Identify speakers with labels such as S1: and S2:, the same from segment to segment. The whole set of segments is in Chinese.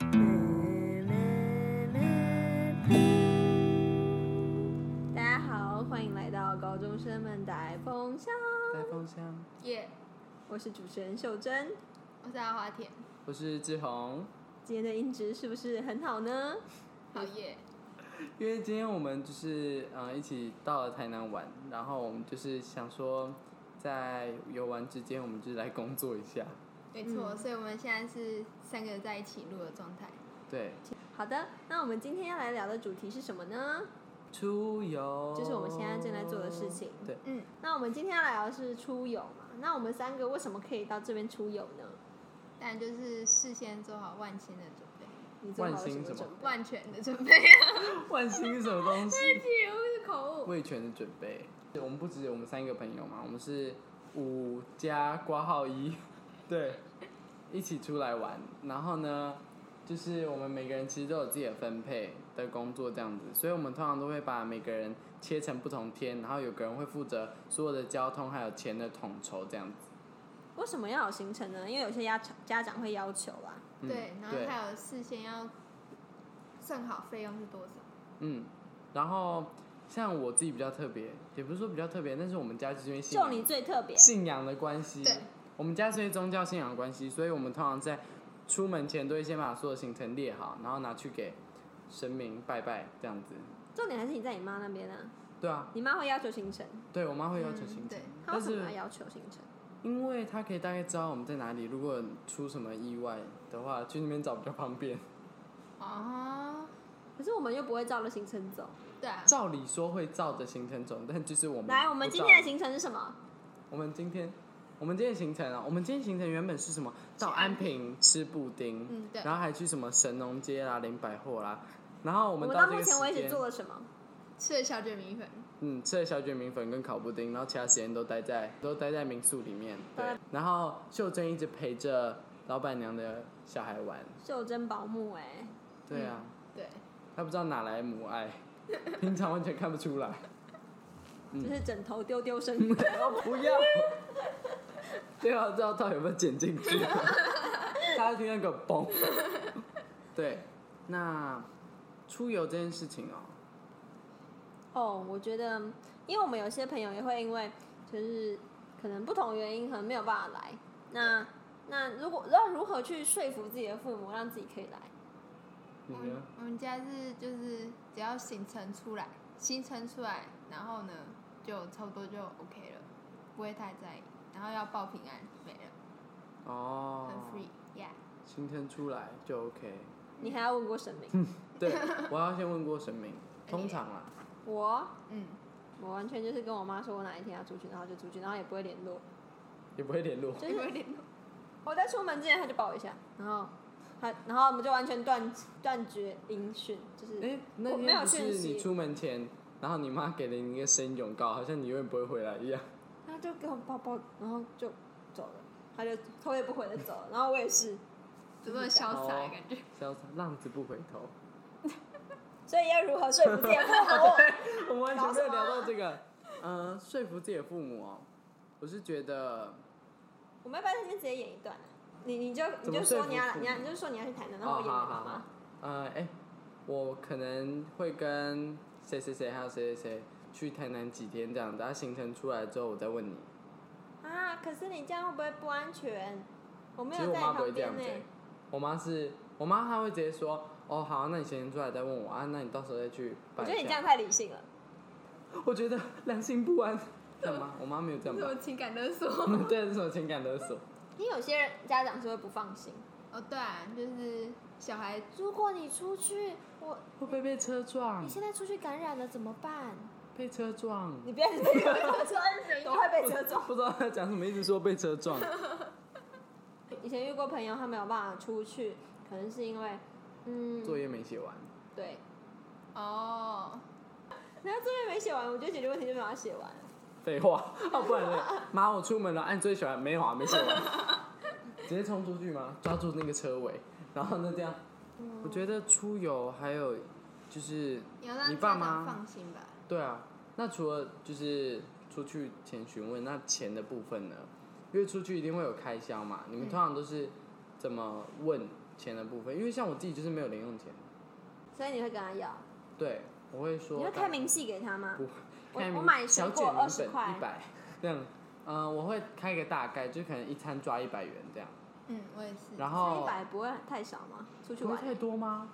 S1: 嗯众生们带风向。
S2: 带风箱，
S3: 耶、
S1: 我是主持人秀珍，
S3: 我是阿华田，
S2: 我是志宏。
S1: 今天的音质是不是很好呢？
S3: 好耶、
S2: 因为今天我们就是嗯、呃一起到了台南玩，然后我们就是想说，在游玩之间，我们就来工作一下。
S3: 没错、嗯所以我们现在是三个人在一起录的状态。
S2: 对，
S1: 好的，那我们今天要来聊的主题是什么呢？
S2: 出游
S1: 就是我们现在正在做的事情
S2: 对，
S3: 嗯，
S1: 那我们今天要聊的是出游嘛？那我们三个为什么可以到这边出游呢？
S3: 但就是事先做好万千的准备，
S1: 你做好了
S2: 万
S1: 什
S2: 幸
S1: 么
S2: 什
S1: 准
S2: 么
S1: 备？
S3: 万全的准备 啊！
S2: 万兴是什么东西？
S3: 对不起，我是口误。
S2: 味全的准备。我们不止我们三个朋友嘛，我们是五加挂号一，对，一起出来玩。然后呢，就是我们每个人其实都有自己的分配的工作这样子，所以我们通常都会把每个人切成不同天，然后有个人会负责所有的交通还有钱的统筹这样子。
S1: 为什么要有行程呢？因为有些家家长会要求啊。
S2: 嗯、
S3: 对，然后
S2: 对
S3: 还有事先要算好费用是多少。
S2: 嗯，然后像我自己比较特别，也不是说比较特别，但是我们家就是因为信
S1: 就
S2: 仰
S1: 你最特别，
S2: 信仰的关系，
S3: 对，
S2: 我们家是因为宗教信仰的关系，所以我们通常在出门前都会先把所有行程列好，然后拿去给神明拜拜这样子。
S1: 重点还是你在你妈那边啊。
S2: 对啊，
S1: 你妈会要求行程，
S2: 对我妈会要求
S3: 嗯
S2: 行程，
S3: 对
S1: 她为
S2: 但
S1: 什么
S2: 是
S1: 要要求行程？
S2: 因为她可以大概知道我们在哪里，如果出什么意外的话，去那边找比较方便。
S3: 哦，
S1: 可是我们又不会照着行程走。
S3: 对啊，
S2: 照理说会照着行程走，但就是我们
S1: 来，我们
S2: 不
S1: 今
S2: 照
S1: 天的行程是什么？
S2: 我们今天我们今天的行程啊，我们今天行程原本是什么？到安平吃布丁，
S3: 嗯对
S2: 然后还去什么神农街啦、林百货啦，然后我
S1: 我
S2: 们
S1: 到
S2: 这
S1: 目
S2: 个
S1: 前
S2: 时
S1: 为止
S2: 间
S1: 做了什么？
S3: 吃了小卷米粉，
S2: 嗯，吃了小卷米粉跟烤布丁，然后其他时间都待在都待在民宿里面。对
S1: 对，
S2: 然后秀珍一直陪着老板娘的小孩玩。
S1: 袖珍保姆哎、
S2: 对啊，
S3: 对，
S2: 她不知道哪来母爱，平常完全看不出来。嗯
S1: 就是枕头丢丢 身。
S2: 我不要，对啊，这道到底有没有剪进去？啊大家听那个嘣。对，那出游这件事情哦，
S1: 哦，我觉得，因为我们有些朋友也会因为就是可能不同原因，可能没有办法来。那那如果要如何去说服自己的父母，让自己可以来？
S2: 你
S3: 我
S2: 呢
S3: 们？我们家是就是只要行程出来，行程出来，然后呢就差不多就 OK 了，不会太在意，然后要报平安没了，
S2: 哦
S3: 很，free，yeah。
S2: 行程出来就 OK。
S1: 你还要问过神明？
S2: 对，我要先问过神明，通常啊，
S1: 我
S3: 嗯，
S1: 我完全就是跟我妈说我哪一天要出去，然后就出去，然后也不会联络。
S2: 也不会联络。
S1: 就
S3: 有
S1: 是
S3: 点
S1: 我在出门之前，她就抱我一下，然后她然后我们就完全断断绝音讯，就是
S2: 哎、那
S1: 我没有
S2: 天不是
S1: 讯息
S2: 你出门前，然后你妈给了你一个生勇告，好像你永远不会回来一样。
S1: 他就给我抱抱，然后就走了，他就头也不回的走了，然后我也 是，
S3: 怎么潇洒的感 觉？
S2: 潇洒浪子不回头。
S1: 所以要如何说服自己的父 母？
S2: 我们完全没有聊到
S1: 搞什么啊
S2: 这 个，嗯、说服自己的父母哦。我是觉得，
S1: 我们要不要先直接演一段啊？你你就你
S2: 怎
S1: 就
S2: 么说
S1: 说
S2: 服
S1: 你要来
S2: 父母
S1: 你要你就说你要去台南，然后我演你
S2: 好
S1: 的
S2: 好好
S1: 妈。
S2: 呃，哎、我可能会跟谁谁谁还有谁谁谁去台南几天这样，等他行程出来之后，我再问你。
S1: 啊，可是你这样会不会不安全？我没
S2: 其实
S1: 有
S2: 我
S1: 在
S2: 妈
S1: 你
S2: 不会
S1: 旁
S2: 这样
S1: 边
S2: 子
S1: 呢、
S2: 欸、我妈是我妈，她会直接说：“哦，好，那你行程出来再问我啊，那你到时候再去
S1: 我
S2: 办一
S1: 觉得
S2: 下。”
S1: 你这样太理性了。
S2: 我觉得良心不安。干嘛？我妈没有这样
S3: 什么
S2: 吧？
S3: 情感勒索？
S2: 对，是什么情感勒索？
S1: 因为有些人家长是会不放心，
S3: 哦，对啊，就是小孩，
S1: 如果你出去，我
S2: 会不会被车撞
S1: 你？现在出去感染了怎么办？
S2: 被车撞？
S1: 你不要被车 撞，都会被车撞。
S2: 不知道他讲什么，一直说被 车撞。
S1: 以前遇过朋友，他没有办法出去，可能是因为，嗯，
S2: 作业没写完，
S1: 对，
S3: 哦，
S1: 然后作业没写完，我觉得解决问题就没有要写完。
S2: 废话， 啊，不然 呢？妈，我出门了，按最喜欢没有啊，没写完，直接冲出去吗？抓住那个车尾，然后呢这样。
S1: 嗯
S2: 我觉得出游还有就是，
S3: 你要让
S2: 你
S3: 家
S2: 爸
S3: 长
S2: 妈
S3: 放心吧。
S2: 对啊，那除了就是出去前询问，那钱的部分呢？因为出去一定会有开销嘛，你
S1: 嗯
S2: 们通常都是怎么问钱的部分？因为像我自己就是没有零用钱，
S1: 所以你会跟他要，
S2: 对，我会说
S1: 你会
S2: 大
S1: 开明细给他吗？
S2: 不
S1: 我
S2: 开
S1: 我
S2: 明
S1: 买水
S2: 小
S1: 果
S2: 卷
S1: 二
S2: 米
S1: 十
S2: 粉
S1: 块
S2: 一百，这样，嗯、我会开个大概，就可能一餐抓一百元这样，
S3: 嗯，我也是。
S2: 然
S1: 餐一
S2: 后
S1: 百不会太少吗？出去
S2: 不会
S1: 玩
S2: 太多吗？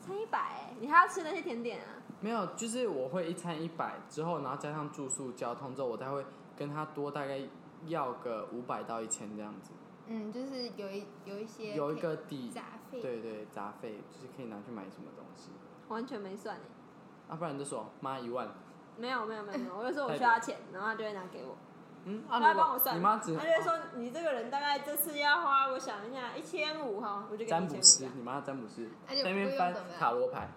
S1: 餐一百，你还要吃那些甜点啊？
S2: 没有，就是我会一餐一百之后，然后加上住宿、交通之后，我才会跟他多大概要个五百到一千这样子，
S3: 嗯，就是有一有一些
S2: 有一
S3: 可以
S2: 个底，
S3: 杂费。
S2: 对对，杂费就是可以拿去买什么东西，
S1: 完全没算哎，
S2: 啊，不然你就说妈一万，
S1: 没有没有没有没有，我就说我
S2: 太
S1: 需
S2: 多
S1: 要钱，然后他就会拿给我，
S2: 嗯，啊，
S1: 他会
S2: 如果
S1: 帮我算，
S2: 你
S1: 他
S2: 妈
S1: 就
S2: 只哦
S1: 会说你这个人大概这次要花，我想一下一千五哈，我就给你
S2: 詹姆
S1: 一
S2: 斯
S1: 千，五。
S2: 你妈詹姆斯
S3: 而且
S2: 在
S3: 不
S2: 那
S3: 用
S2: 边
S3: 怎
S2: 翻
S3: 么
S2: 塔
S3: 样？
S2: 罗牌，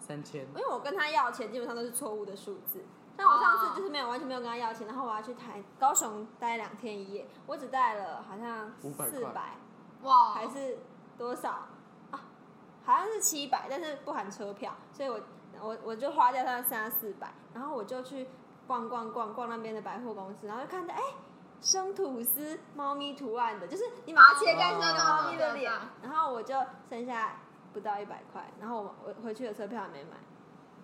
S2: 三千，
S1: 因为我跟他要钱基本上都是错误的数字。但我上次就是没有完全没有跟他要钱，然后我要去台高雄待两天一夜，我只带了好像
S2: 500
S1: 四百
S3: 哇，
S1: 还是多少啊？好像是七百，但是不含车票，所以我我我就花掉他三啊四百，然后我就去逛逛逛逛那边的百货公司，然后就看到哎、生吐司猫咪图案的，就是你把它切开之后，
S2: 哦
S1: 猫咪的脸
S3: 哦，
S1: 然后我就剩下不到一百块，然后我我回去的车票还没买，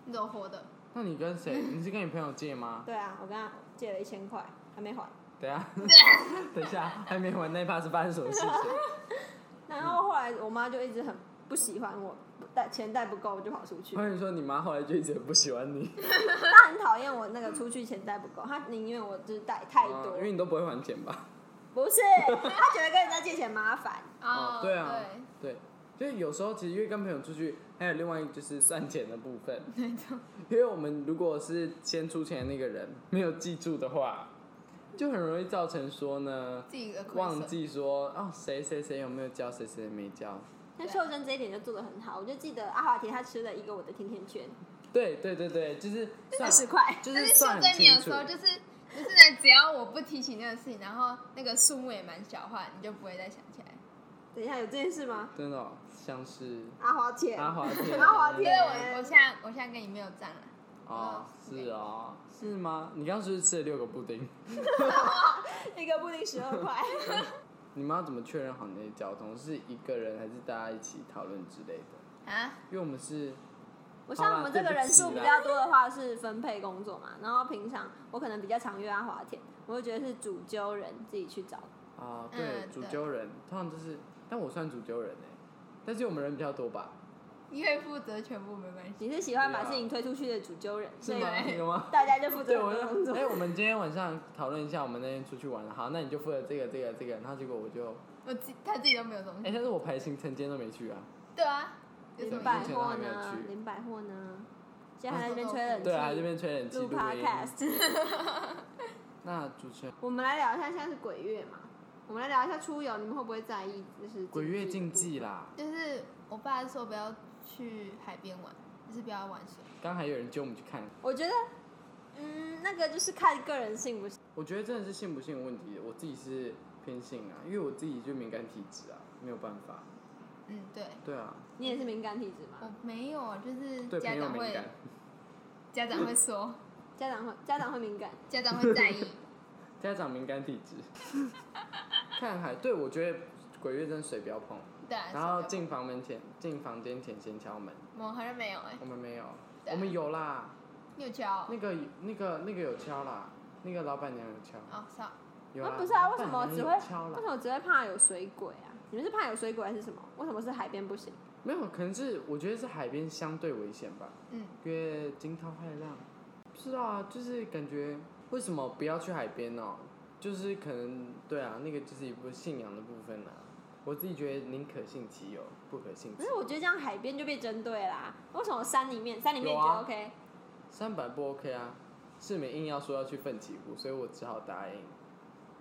S3: 你怎么活的？
S2: 那你跟谁？你是跟你朋友借吗？
S1: 对啊，我跟他借了一千块，还没还。
S2: 等 一下，等一下，还没完那一趴是发生什么事情？
S1: 然后后来我妈就一直很不喜欢我，不带钱带不够我就跑出去
S2: 我。跟你说，你妈后来就一直很不喜欢你，
S1: 他很讨厌我那个出去钱带不够，他宁愿我就是带太多。
S2: 嗯因为你都不会还钱吧？
S1: 不 是，他觉得跟人家借钱麻烦。
S2: 哦
S3: 哦，
S2: 对啊对，就是有时候其实因为跟朋友出去，还有另外一个就是算钱的部分。
S3: 对， 没错。
S2: 因为我们如果是先出钱的那个人没有记住的话，就很容易造成说呢，
S3: 自己的亏损
S2: 忘。记说哦谁谁谁有没有交，谁谁没交。
S1: 但秀珍这一点就做的很好，我就记得阿华田他吃了一个我的甜甜圈，
S2: 对对对对，就是算
S1: 二十块。
S2: 就
S3: 但
S2: 是
S3: 是秀
S2: 算
S3: 珍
S2: 很
S3: 你有
S2: 清楚
S3: 时。候就是就是呢，只要我不提起那个事情，然后那个数目也蛮小的话，你就不会再想起来。
S1: 等一下有这件事吗？
S2: 真的哦、像是
S1: 阿华田，
S2: 阿华田，
S1: 阿华
S3: 因为
S1: 田
S3: 我我现在我现在跟你没有账了，
S2: 哦，是哦，是吗？你刚刚是不是吃了六个布丁？
S1: 一个布丁十二 块。
S2: 你们要怎么确认好你的交通？是一个人还是大家一起讨论之类的？
S3: 啊，
S2: 因为我们是
S1: 我像我们这个人数比较多的话是分配工作嘛，然后平常我可能比较常约阿华田，我会觉得是主揪人自己去找。
S2: 啊、对
S3: 嗯
S2: 主
S3: 对
S2: 揪人，通常就是，但我算主揪人哎、但是我们人比较多吧？
S3: 你可以负责全部没关系。
S1: 你是喜欢把事情推出去的主揪人，所
S2: 啊是
S1: 以
S2: 吗？有吗？
S1: 大家就负
S2: 对，
S1: 责
S2: 我
S1: 很多工
S2: 就
S1: 作
S2: 哎、。我们今天晚上讨论一下，我们那天出去玩了，好，那你就负责这个这个这个，然后结果我就，
S3: 我自他自己都没有东
S2: 哎、
S3: 西。
S2: 但是我排行程今天都没去啊，
S3: 对啊，有什
S1: 林
S3: 么
S1: 百
S3: 意
S2: 明
S3: 思？
S2: 显都
S1: 货
S2: 还没有
S1: 呢
S2: 去？
S1: 林百货呢？现在还在那边吹冷气，
S2: 对啊，还这边吹冷气
S1: 嗯录
S2: 录音。
S1: podcast。
S2: 那主持人，
S1: 我们来聊一下，现在是鬼月嘛？我们来聊一下出游，你们会不会在意？就是
S2: 鬼月
S1: 禁
S2: 禁
S1: 忌
S2: 忌啦，
S3: 就是我爸说不要去海边玩，就是不要玩水。
S2: 刚还有人揪我们去看，
S1: 的部分。我觉得，嗯，那个就是看个人信不信。
S2: 我觉得真的是信不信的问题，我自己是偏信啊，因为我自己就敏感体质啊，没有办法。
S3: 嗯，对，
S2: 对啊，
S1: 你也是敏感体质
S3: 我
S2: 哦
S1: 吗？
S3: 没有，啊就是
S2: 对
S3: 家
S2: 朋友
S3: 长
S2: 敏
S3: 会
S2: 感，
S3: 家长 会说，
S1: 家长会家长会敏感，
S3: 家长会在意。
S2: 家长敏感体质。 看海，对我觉得鬼月真的水不要碰，
S3: 对啊，
S2: 然后
S3: 是这样
S2: 进房门前，进房间前先敲门。
S3: 我好像没有哎，
S2: 我们没有，
S3: 对
S2: 我们有啦，
S3: 你有敲哦
S2: 那个那个那个有敲啦，那个老板娘有敲，
S3: 哦，少
S2: 有啦。
S1: 啊不是啊为什么
S2: 老板娘
S1: 只会
S2: 有敲
S1: 为
S2: 啦
S1: 什？么只会怕有水鬼啊？你们是怕有水鬼还是什么？为什么是海边不行？
S2: 没有，可能是我觉得是海边相对危险吧。
S3: 嗯，
S2: 因为惊涛骇浪。不知道啊，就是感觉为什么不要去海边哦？就是可能对啊，那个就是一部信仰的部分啦、我自己觉得宁可信其有，不可信
S1: 可
S2: 其
S1: 是
S2: 无。
S1: 我觉得这样海边就被针对啦。为什么山里面山里面你
S2: 有
S1: 觉得
S2: 啊
S1: OK？
S2: 三百不 OK 啊，世美硬要说要去奋起湖，所以我只好答应。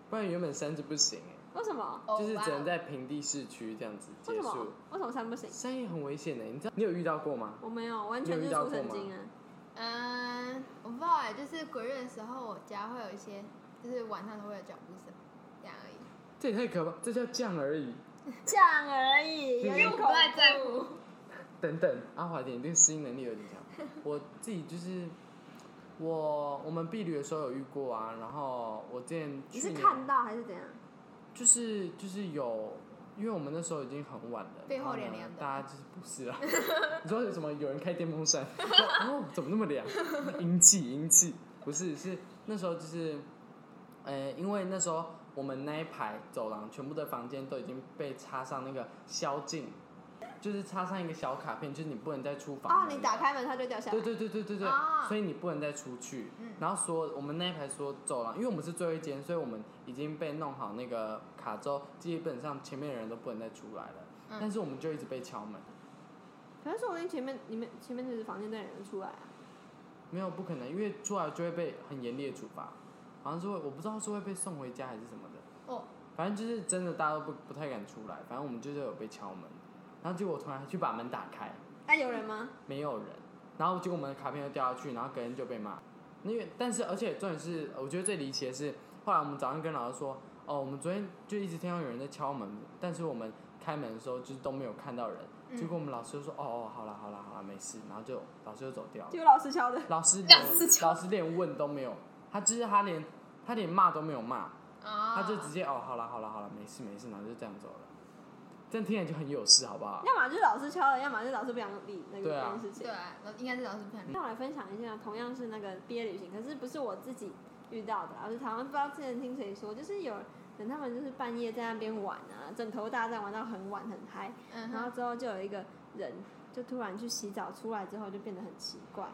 S2: 不然原本山是不行哎、
S1: 为什么？
S3: 哦
S2: 就是只能
S3: 哇
S2: 在平地市区这样子
S1: 为
S2: 结
S1: 什
S2: 束
S1: 么。？为什么山不行？
S2: 山也很危险欸的、你知道你有遇到过吗？
S1: 我没有，完全就是出神经啊！
S3: 嗯，我不知道哎、就是鬼月的时候，我家会有一些，就是晚上都会有脚步声，这样而已。
S2: 这也太可怕，这叫降而已。
S1: 这样而已，
S2: 因
S1: 有
S2: 为
S1: 点
S2: 我
S1: 恐
S3: 不太在
S1: 怖。
S3: 乎。
S2: 等等，阿华田这个适应能力有点 强。我自己就是，我我们避旅的时候有遇过啊，然后我之前
S1: 你
S2: 去
S1: 是
S2: 年
S1: 看到还是怎样？
S2: 就是就是有，因为我们那时候已经很晚了，
S3: 背后
S2: 然呢
S3: 凉凉的
S2: 大家就是不是啊？ 你说有什么有人开电风扇，哦，怎么那么凉？阴气阴气，不是，是那时候就是，呃，因为那时候我们那一排走廊全部的房间都已经被插上那个宵禁，就是插上一个小卡片，就是你不能再出房
S1: 哦，
S2: 门
S1: 你
S2: 了
S1: 打开门它就掉下来
S2: 对。对对对对对，
S3: 啊
S2: 所以你不能再出去。
S3: 嗯
S2: 然后所有我们那一排所有走廊，因为我们是最后一间，所以我们已经被弄好那个卡之后，基本上前面的人都不能再出来了。
S3: 嗯
S2: 但是我们就一直被敲门，
S1: 可是说不定前面你们前面就是房间那人出来啊。
S2: 没有不可能，因为出来就会被很严厉的处罚，好像是会我不知道是会被送回家还是什么的。
S3: 哦，
S2: 反正就是真的大家都不不太敢出来，反正我们就是有被敲门，然后结果我突然去把门打开，
S1: 哎、有人吗？
S2: 没有人，然后结果我们的卡片就掉下去，然后隔天就被骂。因为但是而且重点是，我觉得最离奇的是，后来我们早上跟老师说，哦，我们昨天就一直听到有人在敲门，但是我们开门的时候就是都没有看到人。
S3: 嗯
S2: 结果我们老师就说，哦哦，好啦好啦好啦，没事，然后就老师就走掉了。
S1: 就有老师敲的。
S2: 老师
S3: 两
S2: 连
S3: 次敲
S2: 老师连问都没有，他就是他连他连骂都没有骂，
S3: 啊，
S2: 他就直接哦，好啦好啦好啦，没事没事，然后就这样走了。这样听起来就很有事，好不好？
S1: 要么就是老师敲了，要么就是老师不想理那个
S2: 对
S1: 这
S2: 啊
S1: 件事情
S3: 对。啊，老应该是老师不想理
S1: 那我来分享一下，同样是那个毕业旅行，可是不是我自己遇到的啦，而是台湾不知道之前听谁说，就是有人他们就是半夜在那边玩啊，枕头大战玩到很晚很嗨，
S3: 嗯
S1: 然后
S3: 哼，
S1: 之后就有一个人就突然去洗澡，出来之后就变得很奇怪，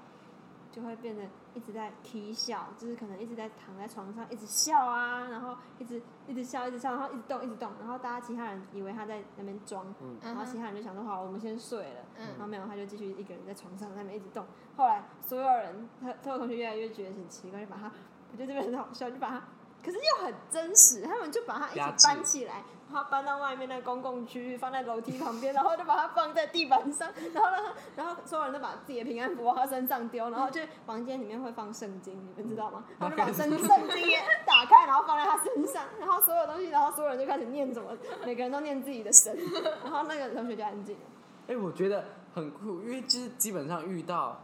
S1: 就会变得一直在啼笑，就是可能一直在躺在床上一直笑啊，然后一直一直笑一直笑，然后一直动一直动，然后大家其他人以为他在那边装，然
S3: 嗯
S1: 后其
S3: 哼，
S1: 他人就想说好，我们先睡了。然后
S3: 嗯，
S1: 没有，他就继续一个人在床上那边一直动。后来所有人，他所有同学越来越觉得很奇怪，就把他，我觉得这边很好笑，就把他，可是又很真实，他们就把他
S2: 压
S1: 一
S2: 制
S1: 起搬起来，然后搬到外面那公共区域，放在楼梯旁边，然后就把它放在地板上，然后让他，然后所有人都把自己的平安符往他身上丢，然后就房间里面会放圣经，你们知道吗？他就把圣
S2: 嗯
S1: 圣经也打开，然后放在他身上，然后所有东西，然后所有人就开始念什么，每个人都念自己的神，然后那个同学就安静了。
S2: 哎、我觉得很酷，因为就是基本上遇到，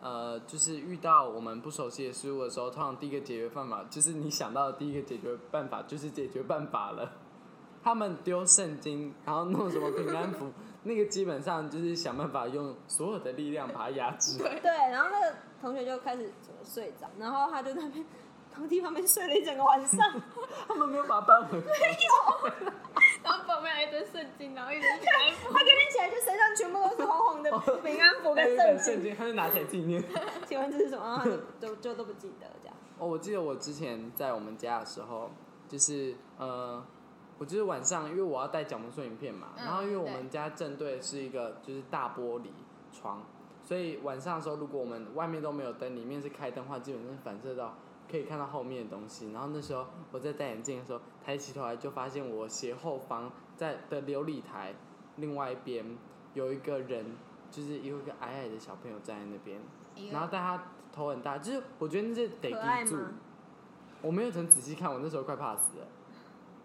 S2: 呃，就是遇到我们不熟悉的事物的时候，通常第一个解决办法就是你想到的第一个解决办法就是解决办法了。他们丢圣经，然后弄什么平安符， 那个基本上就是想办法用所有的力量把它压制。
S1: 对，然后那个同学就开始睡着，然后他就在那边楼梯旁边睡了一整个晚 上。
S2: 他们没有把它搬回来。
S3: 然后旁边还一堆圣经，然后一堆财富，
S1: 他隔天起来就身上全部都是红红的平安符
S2: 他有一
S1: 跟圣
S2: 本圣
S1: 经，
S2: 经，他就拿起来纪念。
S1: 请问这是什么？然后他就就就都不记得这样。
S2: 哦，我记得我之前在我们家的时候，就是呃，我就是晚上，因为我要带角膜塑影片嘛，
S3: 嗯
S2: 然后因为我
S3: 对
S2: 们家正对是一个就是大玻璃窗，所以晚上的时候，如果我们外面都没有灯，里面是开灯的话，基本上是反射到可以看到后面的东西。然后那时候我在戴眼镜的时候，抬起头来就发现我斜后方在的琉璃台另外一边有一个人，就是有一个矮矮的小朋友站在那边。
S3: 一
S2: 然后
S3: 个
S2: 但他头很大，就是我觉得那是得
S1: 可爱
S2: 盯住
S1: 吗。
S2: 我没有很仔细看，我那时候快怕死了，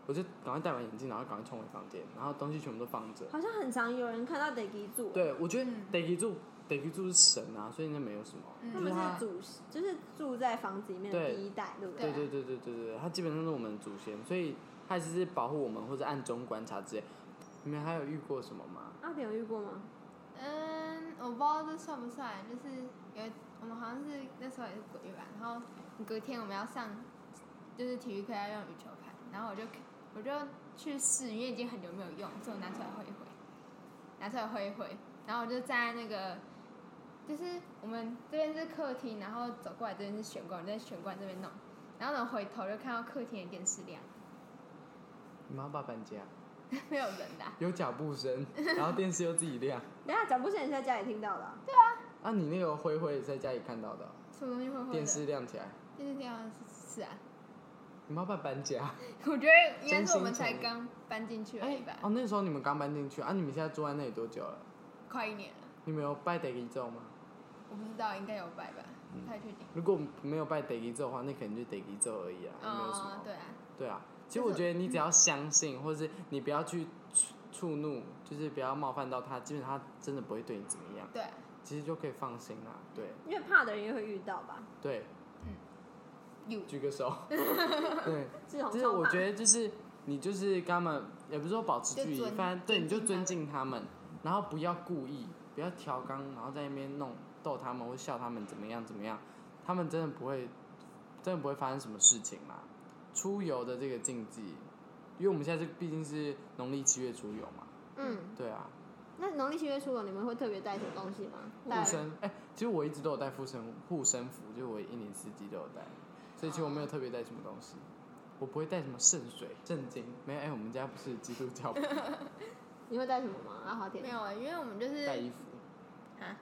S2: 我就赶快戴完眼镜，然后赶快冲回房间，然后东西全部都放着。
S1: 好像很常有人看到得基柱，
S2: 对，我觉得
S3: 嗯
S2: 得记住，得记住是神啊，所以那没有什么。
S1: 他们
S3: 嗯
S2: 就是他
S1: 是主，就是住在房子里面的
S2: 对
S1: 第一代，对不
S2: 对
S1: 对？
S2: 对对对对对，他基本上是我们的祖先，所以他只是保护我们或者暗中观察之类。你们还有遇过什么吗？
S1: 阿啊平有遇过吗？
S3: 嗯，我不知道这算不算，就是有一我们好像是那时候也是鬼月吧，然后隔天我们要上就是体育课要用羽球拍，然后我就我就去试，因为已经很久没有用，所以我拿出来挥一挥，拿出来挥一挥，然后我就站在那个就是我们这边是客厅，然后走过来这边是玄关，我就在玄关这边弄，然后呢回头就看到客厅的电视亮，
S2: 你们要不要搬家？
S3: 没有人啦、
S2: 有脚步声，然后电视又自己亮。
S1: 等一下，脚步声也是在家里听到的啊、
S2: 啊，你那个灰灰在家里看到的哦，
S3: 什么东西会挥
S2: 电
S3: 的？
S2: 视亮起来，
S3: 电视亮是是啊。
S2: 你们要不要搬家？
S3: 我觉得应该
S2: 真
S3: 是
S2: 心
S3: 我们才
S2: 诚意
S3: 刚搬进去而已吧，
S2: 哦，那时候你们刚搬进去啊？你们现在住在那里多久了？
S3: 快一年了，
S2: 你们有拜得一咒吗？
S3: 我不知道应该有拜吧，
S2: 嗯
S3: 不太确定。
S2: 如果没有拜得一咒的话，那可能就得一咒而已啊，没有什
S3: 哦
S2: 么。，
S3: 对啊，
S2: 对啊，其实我觉得你只要相信，或是你不要去触触怒，就是不要冒犯到他，基本上他真的不会对你怎么样，
S3: 对啊，
S2: 其实就可以放心啦。对
S1: 因为怕的人也会遇到吧。
S2: 对，
S3: 有
S2: 举个 手。 对，
S1: 志宏
S2: 就是
S1: 超
S2: 我
S1: 怕
S2: 觉得就是你就是跟他们，也不是说保持距
S3: 就
S2: 离，
S3: 尊
S2: 反正对你就尊
S3: 尊
S2: 敬他们，然后不要故意，不要调纲，然后在那边弄逗他们或笑他们怎么样怎么样，他们真的不会真的不会发生什么事情嘛。出游的这个禁忌，因为我们现在是毕竟是农历七月出游嘛，
S1: 嗯，
S2: 对啊，
S1: 那农历七月出游，你们会特别带什么东西吗？
S3: 带
S2: 护身哎、其实我一直都有带护身护身符，就是我一年四季都有带，所以其实我没有特别带什么东西，我不会带什么圣水、圣经，没有哎、我们家不是基督教，
S1: 你会带什么吗？阿华田
S3: 没，有啊，因为我们就
S2: 带
S3: 是
S2: 衣服，
S3: 啊，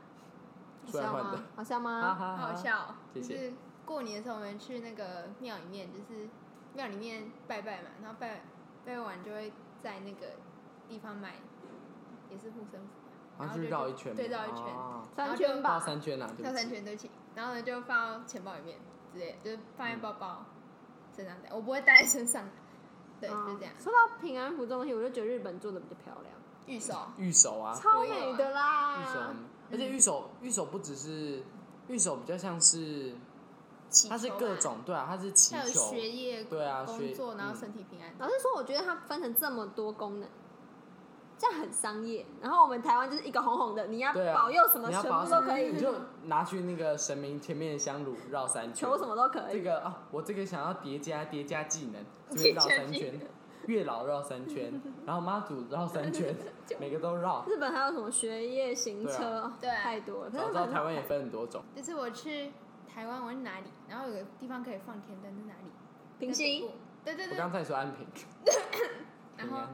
S1: 好
S2: 出来
S1: 笑
S2: 换的
S1: 吗，？好笑
S2: 哈
S1: 吗？
S2: 哈
S3: 好
S2: 哈，
S3: 笑哦，
S2: 啊谢
S3: 就
S2: 谢
S3: 是过年的时候我们去那个庙里面，就是庙里面拜拜嘛，然后拜拜完就会在那个地方买，也是护身符嘛，
S2: 然
S3: 然
S2: 后
S3: 后
S2: 就
S3: 就
S2: 绕一圈嘛，
S3: 对绕一圈
S2: 哦
S1: 三圈
S2: 绕
S1: 吧，
S2: 三圈啊，对
S3: 跳
S2: 不
S3: 三
S2: 起，
S3: 圈对不起，然后呢就放到钱包里面之类的，就是放在包包身上带，我不会带在身上，对，
S1: 嗯
S3: 就这样，
S1: 说到平安符这种东西，我就觉得日本做的比较漂亮，
S3: 预售。
S2: 玉手啊，
S1: 超
S2: 对
S1: 美的啦。
S3: 啊
S2: 玉手，而且玉手玉手不只是玉手，比较像是
S3: 祈
S2: 它是
S3: 求
S2: 各
S3: 吧，
S2: 种对啊，它是祈
S3: 还有
S2: 求，
S3: 学业、
S2: 对啊，
S3: 工
S2: 学
S3: 作，然后
S2: 嗯
S3: 身体平安。
S1: 老实说，我觉得它分成这么多功能，这样很商业。然后我们台湾就是一个红红的，你要
S2: 对啊
S1: 保佑什么，
S2: 你要
S1: 全
S2: 保
S1: 部
S2: 佑
S1: 都可以
S2: 你，就拿去那个神明前面的香炉绕三圈，
S1: 求什么都可
S2: 这
S1: 以。
S2: 个啊，我这个想要叠加叠加技 能，这边绕三
S3: 叠加技
S2: 圈，月老绕三圈，然后妈祖绕三 圈，每个都绕。
S1: 日本还有什么学业行
S2: 对
S1: 车，哦
S3: 对啊
S1: 太多了。可是
S2: 早知
S1: 日
S2: 道
S1: 本
S2: 台湾也分很多种，
S3: 就是我去台湾，我去哪里，然后有个地方可以放天灯是哪里？
S1: 平
S3: 在
S1: 行
S3: 北部。对对
S2: 我
S3: 对。
S2: 刚才也说安平，
S3: 然
S2: 平
S3: 后
S2: 安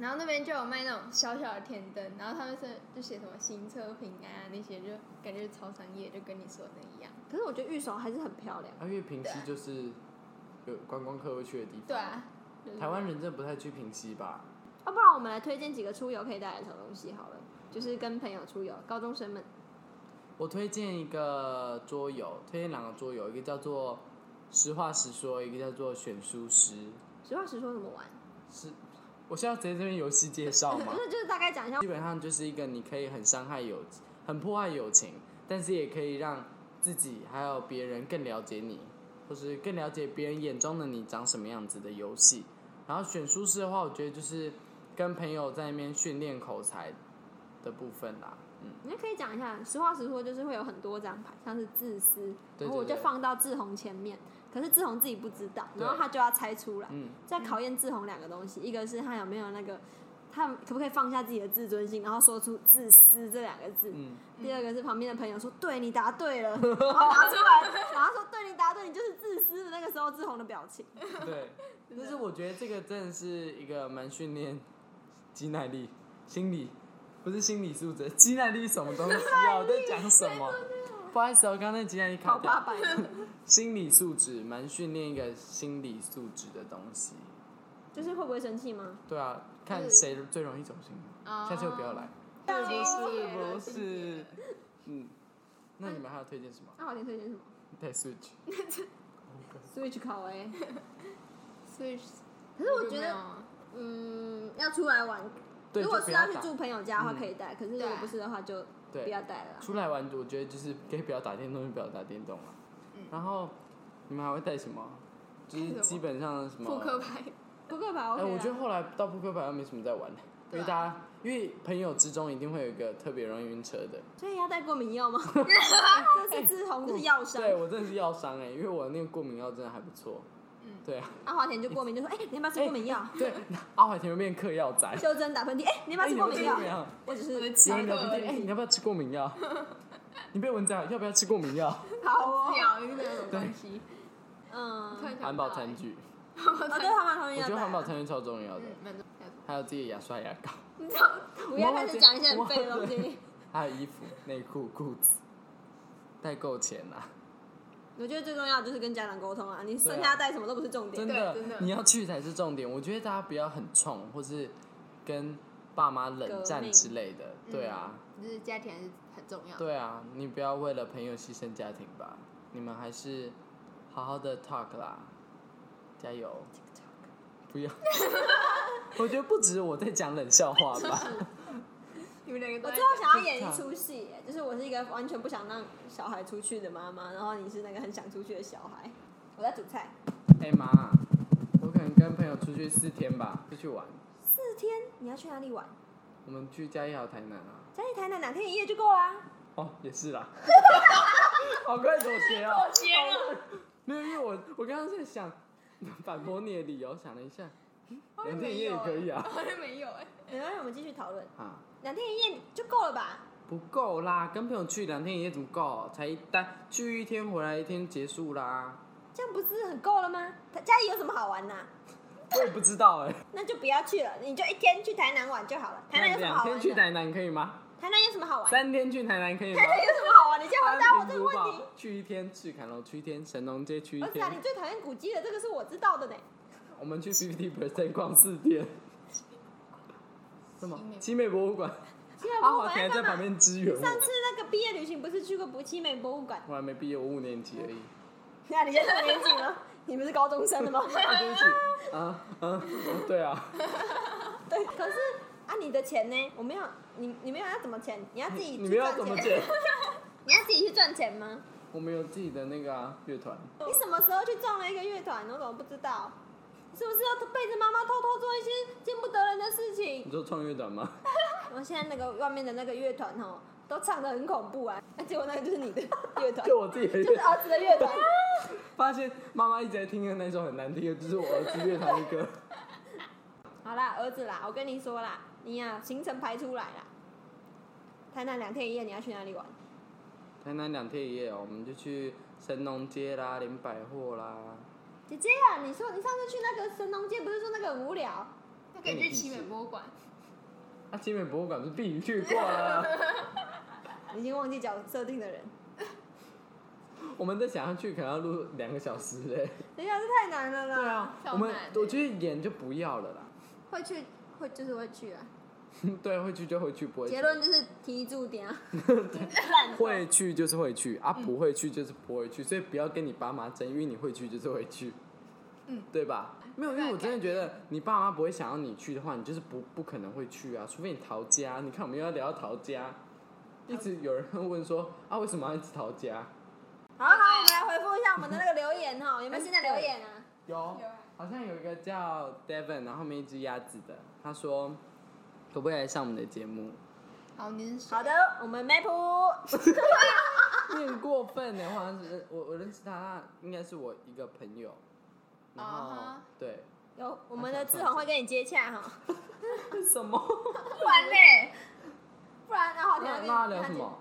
S3: 然后那边就有卖那种小小的天灯，然后他们是就写什么行车平安啊那些，就感觉超商业，就跟你说的一样。
S1: 可是我觉得玉手还是很漂亮。
S2: 啊因为平溪就是有观光客会去的地方。
S3: 对啊，
S2: 台湾人真的不太去平溪吧？
S1: 要、不然我们来推荐几个出游可以带来的小东西好了，就是跟朋友出游，高中生们。
S2: 我推荐一个桌游，推荐两个桌游，一个叫做《实话实说》，一个叫做《选书师》。
S1: 实话实说，怎么玩？
S2: 是，我是要直接这边游戏介绍吗
S1: 不？是，就是大概讲一下
S2: 基。本上就是一个你可以很伤害友，很破坏友情，但是也可以让自己还有别人更了解你，或是更了解别人眼中的你长什么样子的游戏。然后选书式的话，我觉得就是跟朋友在那边训练口才的部分啦。嗯，
S1: 你可以讲一下，实话实说，就是会有很多张牌，像是自私，
S2: 对
S1: 然后我
S2: 对
S1: 就
S2: 对
S1: 放到志宏前面，可是志宏自己不知道，
S2: 对
S1: 然后他就要猜出来，
S2: 嗯
S1: 在考验志宏两个东西，一个是他有没有那个，他可不可以放下自己的自尊心，然后说出自私这两个字。
S2: 嗯，
S1: 第二个是旁边的朋友说对你答对 了，然后拿出来，然后他说对你答对，你就是自私的那个时候志宏的表情。
S2: 对，就是我觉得这个真的是一个蛮训练嗯肌耐力、心理，不是心理素质，肌耐力什么东西啊？我在讲什么？不好意思哦，刚刚那肌耐力卡
S1: 考八
S2: 掉。
S1: 百，
S2: 心理素质蛮训练一个心理素质的东西。
S1: 就是会不会生气吗？
S2: 对啊，看
S3: 是
S2: 谁最容易走心，
S1: 哦
S3: 哦
S2: 下次就不要来。
S3: 啊
S2: 是不是不是？嗯，那你们还要推荐什么？
S1: 啊那好听推荐什么
S2: 带 Switch，
S1: ？Switch 考欸 A，
S3: Switch，
S1: 可是我
S3: 就
S1: 觉
S3: 没有
S1: 得，
S3: 啊
S1: 嗯，要出来玩
S2: 对，
S1: 如
S2: 就
S1: 果
S2: 不
S1: 是
S2: 要
S1: 去
S2: 打。
S1: 住朋友家的话，
S2: 嗯
S1: 可以带；可是如
S3: 对
S1: 果
S3: 啊
S1: 不是的话，就不
S2: 对，
S1: 要带了啦。
S2: 出来玩，我觉得就是可以不要打电动，就不要打电动了。啊然后你们还会带什么？就是
S3: 带什么
S2: 基本上什么？
S3: 扑克牌，
S1: 扑克牌啊
S2: 哎、
S1: OK 啦
S2: 我觉得后来到扑克牌都没什么在玩了，因
S3: 对
S2: 为
S3: 啊
S2: 大家因为朋友之中一定会有一个特别容易晕车的。
S1: 所以要带过敏药 吗？这是志宏，这是药伤。
S2: 哎哦对我真的是药伤哎，因为我那个过敏药真的还不错。
S3: 嗯
S2: 对 啊，
S1: 阿华田就过敏，就说：“哎，你要不要吃过敏药
S2: 对，阿华田会变嗑药仔？”。
S1: 修真打喷嚏，哎，你要不
S2: 哎
S1: 要吃
S2: 你
S1: 过
S2: 要不
S1: 敏药
S2: 要吃过敏？药？
S1: 我只
S3: 我的
S1: 是
S3: 奇
S2: 有
S3: 怪
S2: 人打喷嚏，哎，你要不要吃过敏药？你被蚊子咬，要不要吃过敏 药？
S1: 好哦，
S3: 鸟跟这有什么关系？
S1: 嗯，
S3: 突然想
S2: 环保
S3: 到
S2: 餐
S3: 欸，
S2: 具，
S1: 哦，对，环保餐具
S2: 我
S1: 要
S2: 觉得环保
S1: 带。
S2: 餐具超重要的，
S3: 嗯，蛮多要
S2: 还有自己的牙刷、牙膏，
S1: 不要开始讲一些很废的东西。
S2: 还有衣服、内裤、裤子，带够钱啦。
S1: 我觉得最重要的就是跟家长沟通啊，你
S2: 对啊
S1: 剩下带什么都不是重
S2: 真
S1: 点。
S2: 的
S3: 对真的，
S2: 你要去才是重点。我觉得大家不要很冲，或是跟爸妈冷
S1: 革
S2: 战
S1: 命嗯
S2: 之类的。对啊，
S3: 就是家庭还是很重要的。
S2: 对啊，你不要为了朋友牺牲家庭吧，你们还是好好的 talk 啦，加油！不要， 我觉得不止我在讲冷笑话吧，
S3: 你们两个
S1: 我
S3: 都在
S1: 最后想要演一出戏耶，就是我是一个完全不想让小孩出去的妈妈，然后你是那个很想出去的小孩。我在煮菜，
S2: 哎妈，我可能跟朋友出去四天吧，出去玩，
S1: 四天你要去哪里玩？
S2: 我们去嘉义还有台南啊，
S1: 嘉义、台南两天一夜就够啦。
S2: 哦，也是啦，好快妥协哦，
S3: 接了，
S2: 没有，因为我我刚刚在想反驳你的理由，想了一下，嗯
S3: 后面
S2: 两天一
S3: 没
S2: 夜
S3: 有
S2: 也可以啊
S3: 欸，后面没有哎、
S1: 没关系，我们继续讨论。
S2: 啊，
S1: 两天一夜就够了吧？
S2: 不够啦，跟朋友去两天一夜怎么够？才一单去一天回来一天结束啦，
S1: 这样不是很够了吗？他家里有什么好玩的、
S2: 我也不知道哎、
S1: 那就不要去了，你就一天去台南玩就好了。台南有
S2: 那
S1: 什么
S2: 两
S1: 好玩的？
S2: 天去台南可以吗？
S1: 台南有什么好玩？台
S2: 三天去台南可以吗？
S1: 南有什么好玩？你先回答我这个问
S2: 安平
S1: 题
S2: 古。堡去一天，去砍楼去一天，神农街去一
S1: 儿子啊，你
S2: 天，
S1: 最讨厌古迹了，这个是我知道的呢。
S2: 我们去 Fifty Percent 逛四天。什么
S3: 奇美？
S2: 奇美博物馆，
S1: 现 在
S2: 阿
S1: 博物
S2: 华
S1: 馆
S2: 田还在
S1: 要
S2: 旁
S1: 干嘛？
S2: 边支援
S1: 啊上
S2: 我。
S1: 次那个毕业旅行不是去过不奇美博物馆？
S2: 我还没毕业，我五年级而已。
S1: 那你现在什么年纪了？ 你不是高中生了吗？
S2: 啊对不起，啊啊，对啊，
S1: 对，可是啊，你的钱呢？我没有，你你没有要怎么钱？你要自己去
S2: 你们要
S1: 赚
S2: 怎么
S1: 钱？
S2: 解？
S1: 你要自己去赚钱吗？
S2: 我们有自己的那个啊乐团，
S1: 你什么时候去撞了一个乐团？我怎么不知道？你是不是要背着妈妈偷偷做一些见不得人的事情啊
S2: 你？说创乐团吗？
S1: 我现在那个外面的那个乐团哦，都唱的很恐怖啊！啊结果那个就是你的 乐团，
S2: 就我自己的乐
S1: 就是
S2: 团，
S1: 儿子的乐团。
S2: 发现妈妈一直在听的那首很难听的，就是我儿子乐团的 歌。
S1: 好啦，儿子啦，我跟你说啦，你呀、行程排出来啦。台南两天一夜，你要去哪里玩？
S2: 台南两天一夜哦，我们就去神农街啦、林百货啦。
S1: 姐姐啊，你说你上次去那个神农街，不是说那个很无聊？
S3: 欸那可以去奇美博物馆，
S2: 啊，集美博物馆是必去啊过 啦。
S1: 你已经忘记角设定的人，
S2: 我们在想要去，可能要录两个小时嘞。
S1: 等一下这太难了啦。
S2: 对啊，
S3: 超
S2: 我们
S3: 难的
S2: 我觉得演就不要了啦。
S1: 会去会就是会去啊。
S2: 对，会去就会去，不会去
S1: 结论就是提住点啊，烂透
S2: 会去就是会去啊，
S3: 嗯
S2: 不会去就是不会去，所以不要跟你爸妈争，因为你会去就是会去，
S3: 嗯，
S2: 对吧？没有，因
S3: 没有
S2: 为我真的
S3: 改
S2: 觉得你爸妈不会想要你去的话，你就是不不可能会去啊，除非你逃家。你看我们又要聊到逃家，一直有人会问说啊，为什么要一直逃家？
S1: 好好，我们来回复一下我们的那个留言哈，有没有新的留言啊？
S2: 有
S3: 有啊，
S2: 好像有一个叫 Devon，然后后面一只鸭子的，他说可不可以来上我们的节 目？
S3: 好，你是谁
S1: 好的，我们 Map
S2: 你很过分欸呢，我好像只认我我认识他，应该是我一个朋友，然后、
S3: 啊哈
S2: 对。
S1: 有我们的志宏会跟你接洽哈，
S2: 什么？
S1: 不然嘞，不然然后
S3: 嗯
S2: 那那要聊什么？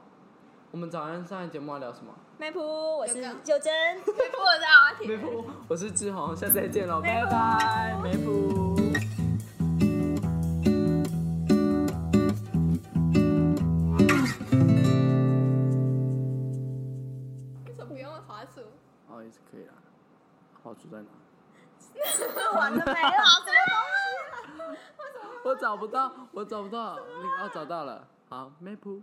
S2: 我们早上上一节目要聊什 么？
S1: ？Map，我是
S3: 有个
S1: 秀珍。
S3: 被迫的阿婷。
S2: 梅普，我是志宏，下次再见喽，
S1: 梅
S2: 拜
S1: 普
S2: 拜，梅普。
S3: 为什么不用滑鼠？
S2: 哦，也是可以啦。好主在哪？
S1: 完了没 了？什么东西啊？
S2: 我找不到，我找不到，那个哦，找到了。好，梅普。